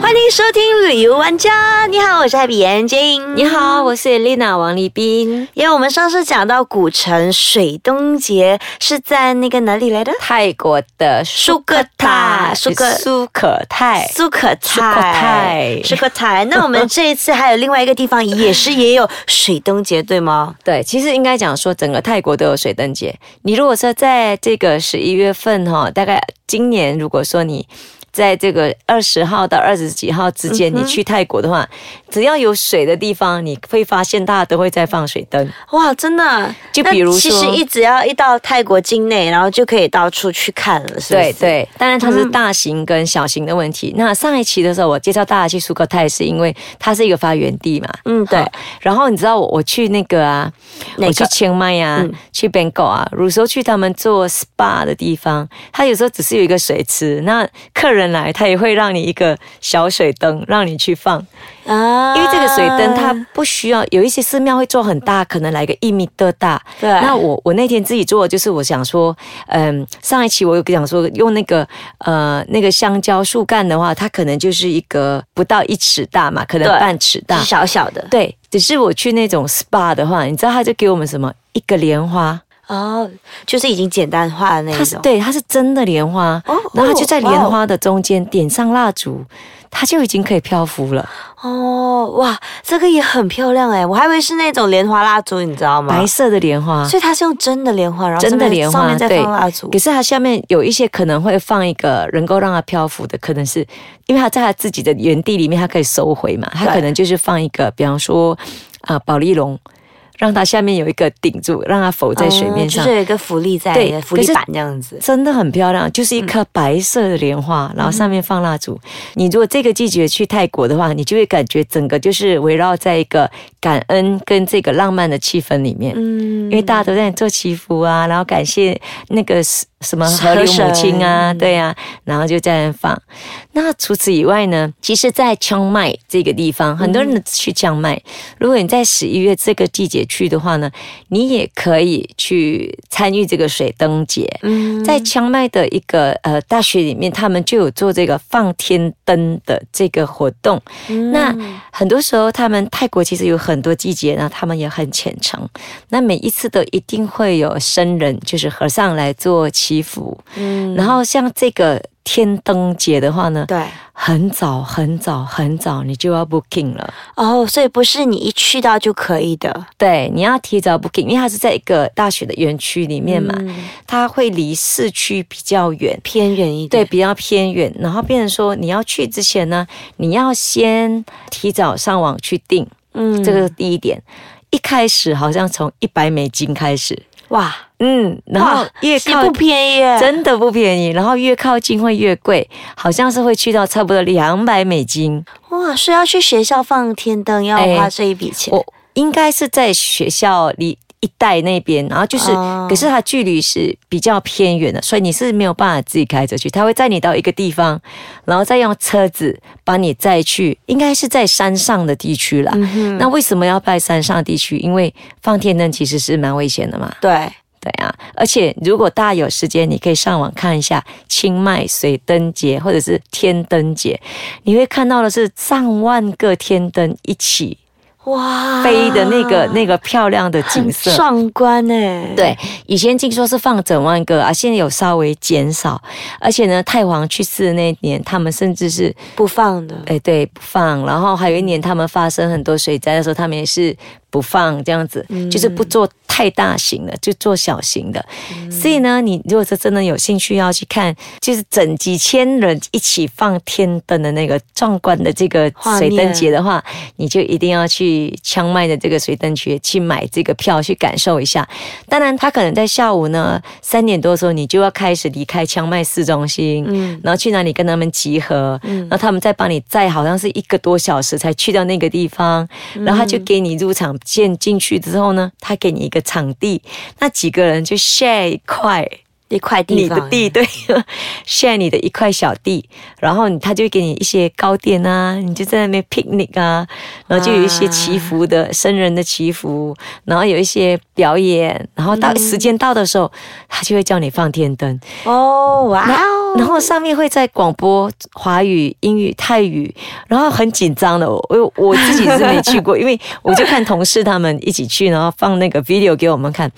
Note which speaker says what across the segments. Speaker 1: 欢迎收听《旅游玩家》，你好，我是艾比眼镜。
Speaker 2: 你好，我是 Elena 王立斌，
Speaker 1: 因为我们上次讲到古城水东节是在那个哪里来的？
Speaker 2: 泰国的
Speaker 1: 苏克泰
Speaker 2: 苏
Speaker 1: 苏克
Speaker 2: 克苏可泰，
Speaker 1: 苏可
Speaker 2: 苏可
Speaker 1: 泰
Speaker 2: 泰，
Speaker 1: 苏可泰。那我们这一次还有另外一个地方也是也有水东节，对吗？
Speaker 2: 对，其实应该讲说整个泰国都有水灯节。你如果说在这个十一月份哈、大概今年如果说你。在这个二十号到二十几号之间，你去泰国的话，只要有水的地方，你会发现大家都会在放水灯。
Speaker 1: 哇，真的！
Speaker 2: 就比如
Speaker 1: 那其实
Speaker 2: 说
Speaker 1: 一只要一到泰国境内，然后就可以到处去看了，是不是？
Speaker 2: 对。对，嗯当然它是大型跟小型的问题。那上一期的时候，我介绍大家去苏克泰，是因为它是一个发源地嘛。
Speaker 1: 嗯对
Speaker 2: 好。然后你知道我我去那个啊，
Speaker 1: 哪个嗯
Speaker 2: 我去清迈啊，去 Bangkok 啊，有时候去他们做 SPA 的地方，它有时候只是有一个水池，那客人来，他也会让你一个小水灯让你去放，
Speaker 1: 啊
Speaker 2: 因为这个水灯它不需要，有一些寺庙会做很大，可能来个一米多大。
Speaker 1: 对
Speaker 2: 那我我那天自己做，就是我想说，嗯，上一期我有讲说用那个呃那个香蕉树干的话，它可能就是一个不到一尺大嘛，可能
Speaker 1: 对
Speaker 2: 半尺大
Speaker 1: 是。小小的
Speaker 2: 对，只是我去那种 SPA 的话，你知道他就给我们什么一个莲花，
Speaker 1: 哦，就是已经简单化的那一
Speaker 2: 它
Speaker 1: 种。
Speaker 2: 是对，它是真的莲花，
Speaker 1: 哦
Speaker 2: 然后它就在
Speaker 1: 哇哦
Speaker 2: 莲花的中间点上蜡烛，它就已经可以漂浮了。
Speaker 1: 哦，哇，这个也很漂亮哎，我还以为是那种莲花蜡烛，你知道吗
Speaker 2: 白？色的莲花，
Speaker 1: 所以它是用真的莲花，然后
Speaker 2: 真的
Speaker 1: 上面
Speaker 2: 莲
Speaker 1: 上
Speaker 2: 花
Speaker 1: 面再
Speaker 2: 对
Speaker 1: 放蜡烛
Speaker 2: 可。是它下面有一些可能会放一个能够让它漂浮的，可能是因为它在它自己的原地里面，它可以收回嘛，它
Speaker 1: 对
Speaker 2: 可能就是放一个，比方说啊、呃保利龙，让它下面有一个顶住，让它浮在水面上。
Speaker 1: 嗯就是有一个浮力在
Speaker 2: 对
Speaker 1: 浮力
Speaker 2: 可是
Speaker 1: 板这样子。嗯
Speaker 2: 真的很漂亮，就是一颗白色的莲花，然后上面放蜡烛。你如果这个季节去泰国的话，你就会感觉整个就是围绕在一个感恩跟这个浪漫的气氛里面。
Speaker 1: 嗯
Speaker 2: 因为大家都在做祈福啊，然后感谢那个什什么河流母亲啊，
Speaker 1: 神
Speaker 2: 对呀、啊，然后就在那放。那除此以外呢，其实，在清迈这个地方，很多人去清迈。如果你在十一月这个季节去的话呢，你也可以去参与这个水灯节。
Speaker 1: 嗯
Speaker 2: 在清迈的一个呃大学里面，他们就有做这个放天灯的这个活动。
Speaker 1: 嗯
Speaker 2: 那很多时候，他们泰国其实有很多季节呢，他们也很虔诚。那每一次都一定会有僧人，就是和尚来做祈福。
Speaker 1: 嗯
Speaker 2: 然后像这个天灯节的话呢，
Speaker 1: 对
Speaker 2: 很早很早很早你就要 booking 了。
Speaker 1: 哦，所以不是你一去到就可以的。
Speaker 2: 对，你要提早 booking，因为它是在一个大学的园区里面
Speaker 1: 嗯
Speaker 2: 嘛，它会离市区比较远。
Speaker 1: 偏远一
Speaker 2: 对，
Speaker 1: 点。
Speaker 2: 比较偏远，然后变成说你要去之前呢，你要先提早上网去订，
Speaker 1: 嗯
Speaker 2: 这个是第一点。一开始好像从一百美金开始，
Speaker 1: 哇，
Speaker 2: 嗯，然后
Speaker 1: 哇
Speaker 2: 越
Speaker 1: 其实
Speaker 2: 靠
Speaker 1: 不便宜耶，
Speaker 2: 真的不便宜，然后越靠近会越贵，好像是会去到差不多两百美金。
Speaker 1: 哇，所以要去学校放天灯要
Speaker 2: 哎
Speaker 1: 花这一笔钱。
Speaker 2: 我应该是在学校里一带那边，然后就是，
Speaker 1: 哦
Speaker 2: 可是它距离是比较偏远的，所以你是没有办法自己开车去，它会载你到一个地方，然后再用车子把你载去，应该是在山上的地区啦。那为什么要拜山上地区？因为放天灯其实是蛮危险的嘛。
Speaker 1: 对，
Speaker 2: 对啊，而且如果大家有时间，你可以上网看一下清迈水灯节或者是天灯节，你会看到的是上万个天灯一起
Speaker 1: 哇，
Speaker 2: 飞的那个、那个漂亮的景
Speaker 1: 很
Speaker 2: 色。
Speaker 1: 壮观哎。
Speaker 2: 对，以前听说是放整万个啊，现在有稍微减少，而且呢，太皇去世的那一年，他们甚至是
Speaker 1: 不放的。
Speaker 2: 哎对不放，然后还有一年他们发生很多水灾的时候，他们也是不放这样子，就是不做太大型的，就做小型的。所以呢，你如果是真的有兴趣要去看，就是整几千人一起放天灯的那个壮观的这个
Speaker 1: 画面
Speaker 2: 水灯节的话，你就一定要去枪麦的这个水灯节去买这个票去感受一下。当然，他可能在下午呢三点多的时候，你就要开始离开枪麦市中心，嗯，然后去哪里跟他们集合，嗯，然后他们再帮你载，好像是一个多小时才去到那个地方，然后他就给你入场券进去之后呢，他给你一个场地，那几个人就 share 一块。
Speaker 1: 一块地
Speaker 2: 你
Speaker 1: 方嗯
Speaker 2: 的地，对，share 你的一块小地，然后你他就会给你一些糕点啊，你就在那边 picnic 啊，然后就有一些祈福
Speaker 1: 啊
Speaker 2: 的、僧人的祈福，然后有一些表演，然后到、
Speaker 1: 嗯
Speaker 2: 时间到的时候，他就会叫你放天灯，
Speaker 1: 哦，哇
Speaker 2: 然
Speaker 1: 哦，
Speaker 2: 然后上面会在广播华语、英语、泰语，然后很紧张的，我我我自己是没去过，因为我就看同事他们一起去，然后放那个 video 给我们看，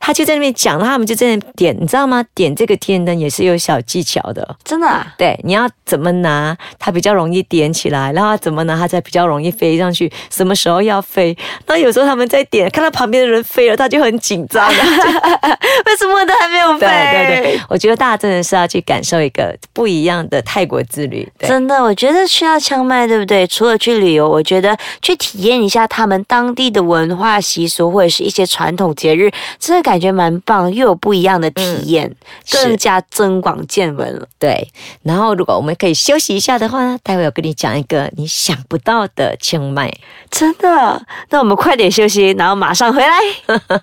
Speaker 2: 他就在那边讲，然后他们就在那边点，你知道吗？点这个天灯也是有小技巧的。
Speaker 1: 真的啊
Speaker 2: 对，你要怎么拿它比较容易点起来，然后怎么拿它才比较容易飞上去？什么时候要飞？那有时候他们在点，看到旁边的人飞了，他就很紧张。
Speaker 1: 为什么我都还没有飞？
Speaker 2: 对对对，我觉得大家真的是要去感受一个不一样的泰国之旅。对
Speaker 1: 真的，我觉得去到清迈，对不对？除了去旅游，我觉得去体验一下他们当地的文化习俗或者是一些传统节日，真的感觉蛮棒，又有不一样的体验，
Speaker 2: 是
Speaker 1: 更加增广见闻了。
Speaker 2: 对，然后如果我们可以休息一下的话呢，待会我跟你讲一个你想不到的清迈。
Speaker 1: 真的，那我们快点休息，然后马上回来。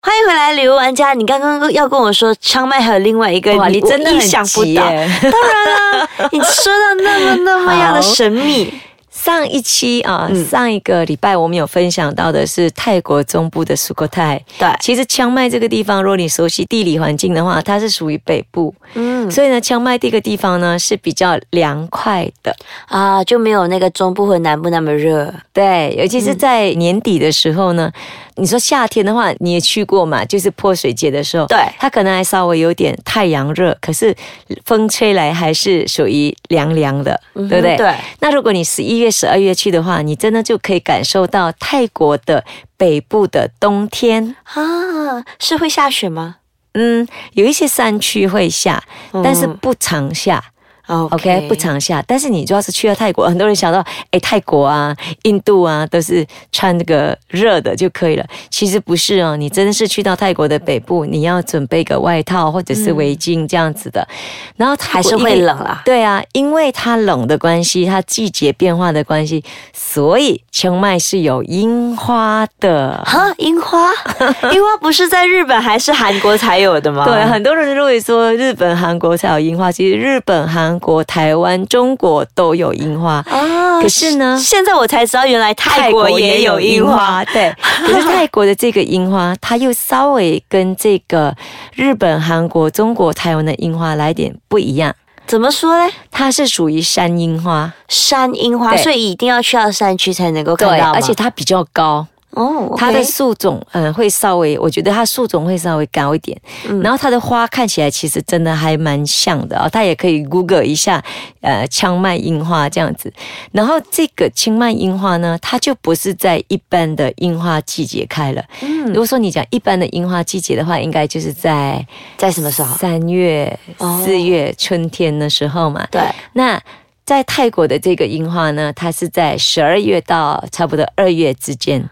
Speaker 1: 欢迎回来，旅游玩家。你刚刚要跟我说，清迈还有另外一个
Speaker 2: 哇，你真的
Speaker 1: 我
Speaker 2: 很
Speaker 1: 意想不
Speaker 2: 急
Speaker 1: 到。
Speaker 2: 耶
Speaker 1: 当然啦，你说到那么那么样的神秘，
Speaker 2: 上一期啊，上一个礼拜我们有分享到的是泰国中部的苏克泰。
Speaker 1: 对，
Speaker 2: 其实清迈这个地方，如果你熟悉地理环境的话，它是属于北部，
Speaker 1: 嗯
Speaker 2: 所以呢，清迈这个地方呢是比较凉快的。
Speaker 1: 啊，就没有那个中部和南部那么热。
Speaker 2: 对，尤其是在年底的时候呢，你说夏天的话，你也去过嘛，就是泼水节的时候，
Speaker 1: 对
Speaker 2: 它可能还稍微有点太阳热，可是风吹来还是属于凉凉的，对不对？
Speaker 1: 嗯对，
Speaker 2: 那如果你十一月、十二月去的话，你真的就可以感受到泰国的北部的冬天。
Speaker 1: 啊，是会下雪吗？
Speaker 2: 嗯，有一些山区会下，但是不常下。
Speaker 1: 哦
Speaker 2: OK，不常下，但是你就要是去了泰国，很多人想到，哎，泰国啊、印度啊，都是穿这个热的就可以了。其实不是哦，你真的是去到泰国的北部，你要准备个外套或者是围巾这样子的，然后嗯泰
Speaker 1: 还
Speaker 2: 国
Speaker 1: 是会
Speaker 2: 因为。
Speaker 1: 冷啦。
Speaker 2: 对啊，因为它冷的关系，它季节变化的关系，所以清迈是有樱花的。
Speaker 1: 哈，樱 花，樱花不是在日本还是韩国才有的吗？
Speaker 2: 对，很多人认为说日本、韩国才有樱花，其实日本、韩国、台湾、中国都有樱花。
Speaker 1: 啊，
Speaker 2: 可是呢
Speaker 1: 现在我才知道，原来泰国也有樱花。，
Speaker 2: 对。可是泰国的这个樱花，它又稍微跟这个日本、韩国、中国、台湾的樱花来点不一样，
Speaker 1: 怎么说呢？
Speaker 2: 它是属于山樱花，
Speaker 1: 山樱花，
Speaker 2: 对
Speaker 1: 所以一定要去到山区才能够看到吗。
Speaker 2: 而且它比较高，
Speaker 1: 哦，
Speaker 2: 它的
Speaker 1: OK
Speaker 2: 树种嗯、呃会稍微，我觉得它树种会稍微高一点，
Speaker 1: 嗯
Speaker 2: 然后它的花看起来其实真的还蛮像的哦，大家也可以 Google 一下，呃，清迈樱花这样子。然后这个清迈樱花呢，它就不是在一般的樱花季节开了。
Speaker 1: 嗯
Speaker 2: 如果说你讲一般的樱花季节的话，应该就是在
Speaker 1: 在什么时候？
Speaker 2: 三月、
Speaker 1: 哦
Speaker 2: 四月、春天的时候嘛。
Speaker 1: 对，
Speaker 2: 那在泰国的这个樱花呢，它是在十二月到差不多二月之间。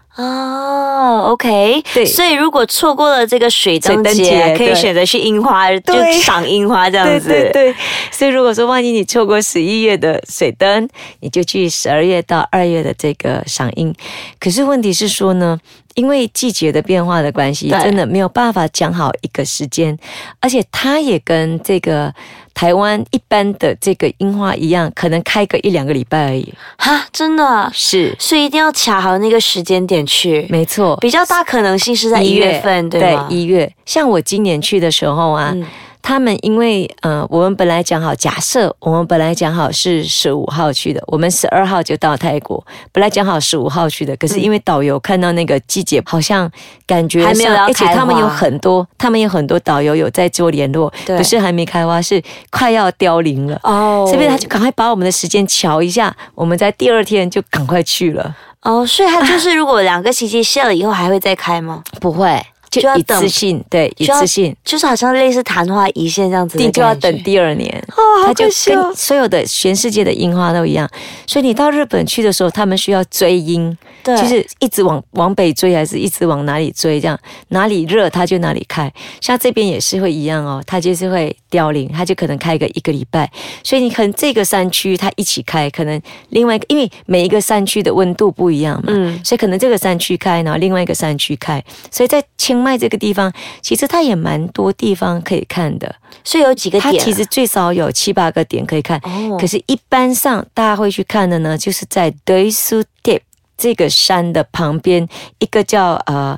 Speaker 1: 哦，OK，
Speaker 2: 对
Speaker 1: 所以如果错过了这个水灯节，
Speaker 2: 水灯节
Speaker 1: 可以
Speaker 2: 对
Speaker 1: 选择去樱花，就
Speaker 2: 对
Speaker 1: 赏樱花这样子。
Speaker 2: 对对对，所以如果说万一你错过十一月的水灯，你就去十二月到二月的这个赏樱。可是问题是说呢，因为季节的变化的关系，
Speaker 1: 对
Speaker 2: 真的没有办法讲好一个时间，而且它也跟这个台湾一般的这个樱花一样，可能开个一两个礼拜而已。
Speaker 1: 哈，真的啊，
Speaker 2: 是，
Speaker 1: 所以一定要卡好那个时间点去，
Speaker 2: 没错。
Speaker 1: 比较大可能性是在一月份，对吗？
Speaker 2: 一月。像我今年去的时候啊，
Speaker 1: 嗯
Speaker 2: 他们因为呃，我们本来讲好，假设我们本来讲好是十五号去的，我们十二号就到泰国，本来讲好十五号去的，可是因为导游看到那个季节，好像感觉
Speaker 1: 还没有
Speaker 2: 上
Speaker 1: 要
Speaker 2: 而且
Speaker 1: 开
Speaker 2: 他们
Speaker 1: 花
Speaker 2: 有很多，他们有很多导游有在做联络，
Speaker 1: 对
Speaker 2: 不是还没开花，是快要凋零了。
Speaker 1: 哦
Speaker 2: 这边他就赶快把我们的时间瞧一下，我们在第二天就赶快去了。
Speaker 1: 哦，所以它就是如果两个星期谢了以后还会再开 吗？
Speaker 2: 不会，就
Speaker 1: 就要
Speaker 2: 一
Speaker 1: 等
Speaker 2: 次性，对，一
Speaker 1: 就要
Speaker 2: 次性。
Speaker 1: 就是好像类似昙花一现这样子的
Speaker 2: 你
Speaker 1: 感觉，
Speaker 2: 就要等第二年，
Speaker 1: 哦，
Speaker 2: 它
Speaker 1: 好
Speaker 2: 就
Speaker 1: 可惜哦
Speaker 2: 跟。所有的全世界的樱花都一样。所以你到日本去的时候，他们需要追樱，
Speaker 1: 对，
Speaker 2: 就是一直往往北追，还是一直往哪里追？这样哪里热它就哪里开。像这边也是会一样哦，它就是会凋零，它就可能开个一个礼拜。所以你可能这个山区它一起开，可能另外一个，因为每一个山区的温度不一样嘛，
Speaker 1: 嗯
Speaker 2: 所以可能这个山区开，然后另外一个山区开。所以在清清迈这个地方，其实它也蛮多地方可以看的。
Speaker 1: 所以有几个
Speaker 2: 它
Speaker 1: 点啊、
Speaker 2: 其实最少有七八个点可以看，
Speaker 1: 哦
Speaker 2: 可是，一般上大家会去看的呢，就是在 d e s u t e p 这个山的旁边，一个叫呃。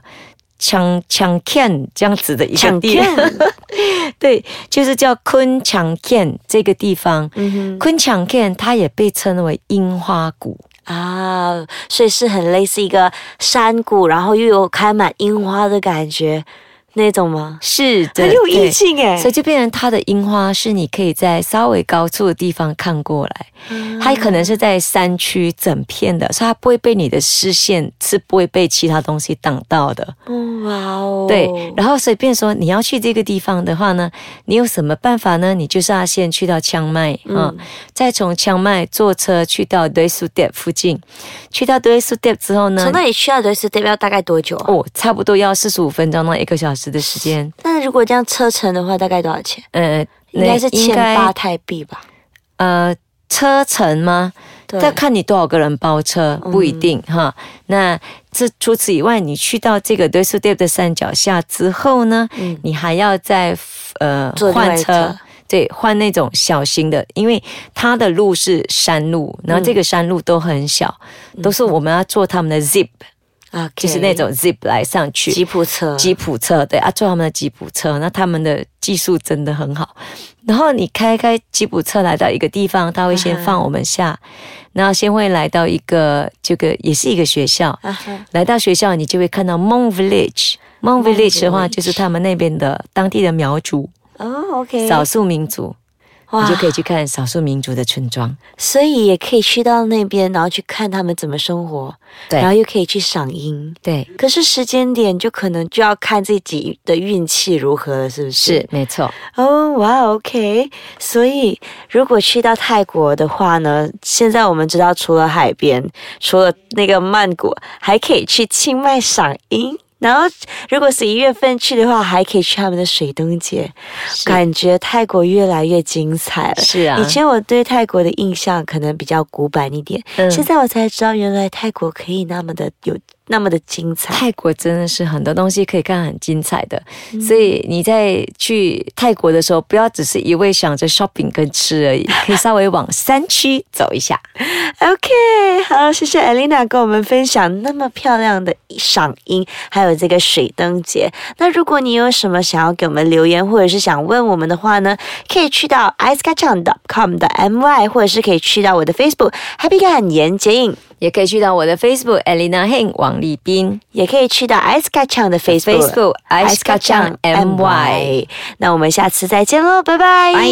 Speaker 2: 强强健这样子的一个地
Speaker 1: 强
Speaker 2: 方， 对，就是叫昆强健这个地方。
Speaker 1: 嗯
Speaker 2: 昆强健它也被称为樱花谷，
Speaker 1: 哼啊，所以是很类似一个山谷，然后又有开满樱花的感觉那种吗？
Speaker 2: 是的，
Speaker 3: 很有意
Speaker 2: 对
Speaker 3: 境哎、
Speaker 2: 所以就变成它的樱花是你可以在稍微高处的地方看过来，
Speaker 1: 嗯
Speaker 2: 它可能是在山区整片的，所以它不会被你的视线是不会被其他东西挡到的。
Speaker 1: 哦哇哦，
Speaker 2: 对，然后随便说你要去这个地方的话呢，你有什么办法呢？你就是要先去到枪麦
Speaker 1: 嗯
Speaker 2: 啊，再从枪麦坐车去到 d e s u d e 附近，去到 d e s u d e 之后呢
Speaker 1: 从。那里去到德斯代表大概多久、啊？
Speaker 2: 哦，差不多要四十五分钟到一个小时的时间，
Speaker 1: 那如果这样车程的话，大概多少钱？
Speaker 2: 呃，
Speaker 1: 应该是千
Speaker 2: 应该
Speaker 1: 八泰币吧？
Speaker 2: 呃车程吗？
Speaker 1: 对嗯
Speaker 2: 再看你多少个人包车，不一定、哈。那这除此以外，你去到这个 d e s u d e 的山脚下之后呢，
Speaker 1: 嗯，
Speaker 2: 你还要再呃
Speaker 1: 坐另外
Speaker 2: 换
Speaker 1: 一
Speaker 2: 车
Speaker 1: 车。
Speaker 2: 对，换那种小型的，因为它的路是山路，
Speaker 1: 嗯
Speaker 2: 然后这个山路都很小，都是我们要坐他们的 zip，、
Speaker 1: 啊，
Speaker 2: 就是那种 zip 来上去。
Speaker 1: 吉普车，
Speaker 2: 吉普车，对啊，坐他们的吉普车，那他们的技术真的很好。然后你开开吉普车来到一个地方，他会先放我们下，然后先会来到一个这个也是一个学校，
Speaker 1: 啊哈
Speaker 2: 来到学校你就会看到 Mon Village。Mon
Speaker 1: Mon
Speaker 2: Village 的话，
Speaker 1: Village
Speaker 2: 就是他们那边的当地的苗族
Speaker 1: 哦，OK，
Speaker 2: 少数民族，你就可以去看少数民族的村庄。
Speaker 1: 所以也可以去到那边，然后去看他们怎么生活，
Speaker 2: 对
Speaker 1: 然后又可以去赏樱。
Speaker 2: 对，
Speaker 1: 可是时间点就可能就要看自己的运气如何了，是不是？
Speaker 2: 是没错。
Speaker 1: 哦，哇，OK。所以如果去到泰国的话呢，现在我们知道除了海边，除了那个曼谷，还可以去清迈赏樱。然后，如果十一月份去的话，还可以去他们的水灯节，感觉泰国越来越精彩了。
Speaker 2: 是啊
Speaker 1: 呃以前我对泰国的印象可能比较古板一点，
Speaker 2: 嗯
Speaker 1: 现在我才知道原来泰国可以那么的有那么的精彩。
Speaker 2: 泰国真的是很多东西可以看很精彩的，所以你在去泰国的时候，不要只是一味想着 shopping 跟吃 而已，可以稍微往山区走一下。
Speaker 1: OK，好，谢谢 Elena 跟我们分享那么漂亮的赏樱，还有这个水灯节。那如果你有什么想要给我们留言，或者是想问我们的话呢，可以去到 icekacang.com 的 my，或者是可以去到我的 Facebook Happy 感言剪影，
Speaker 2: 也可以去到我的 Facebook Elena Heng 王立斌
Speaker 1: 也可以去到 icekacang 的 Facebook。
Speaker 2: Facebook Ice Kacang MY。
Speaker 1: 那我们下次再见喽，拜拜。
Speaker 2: 拜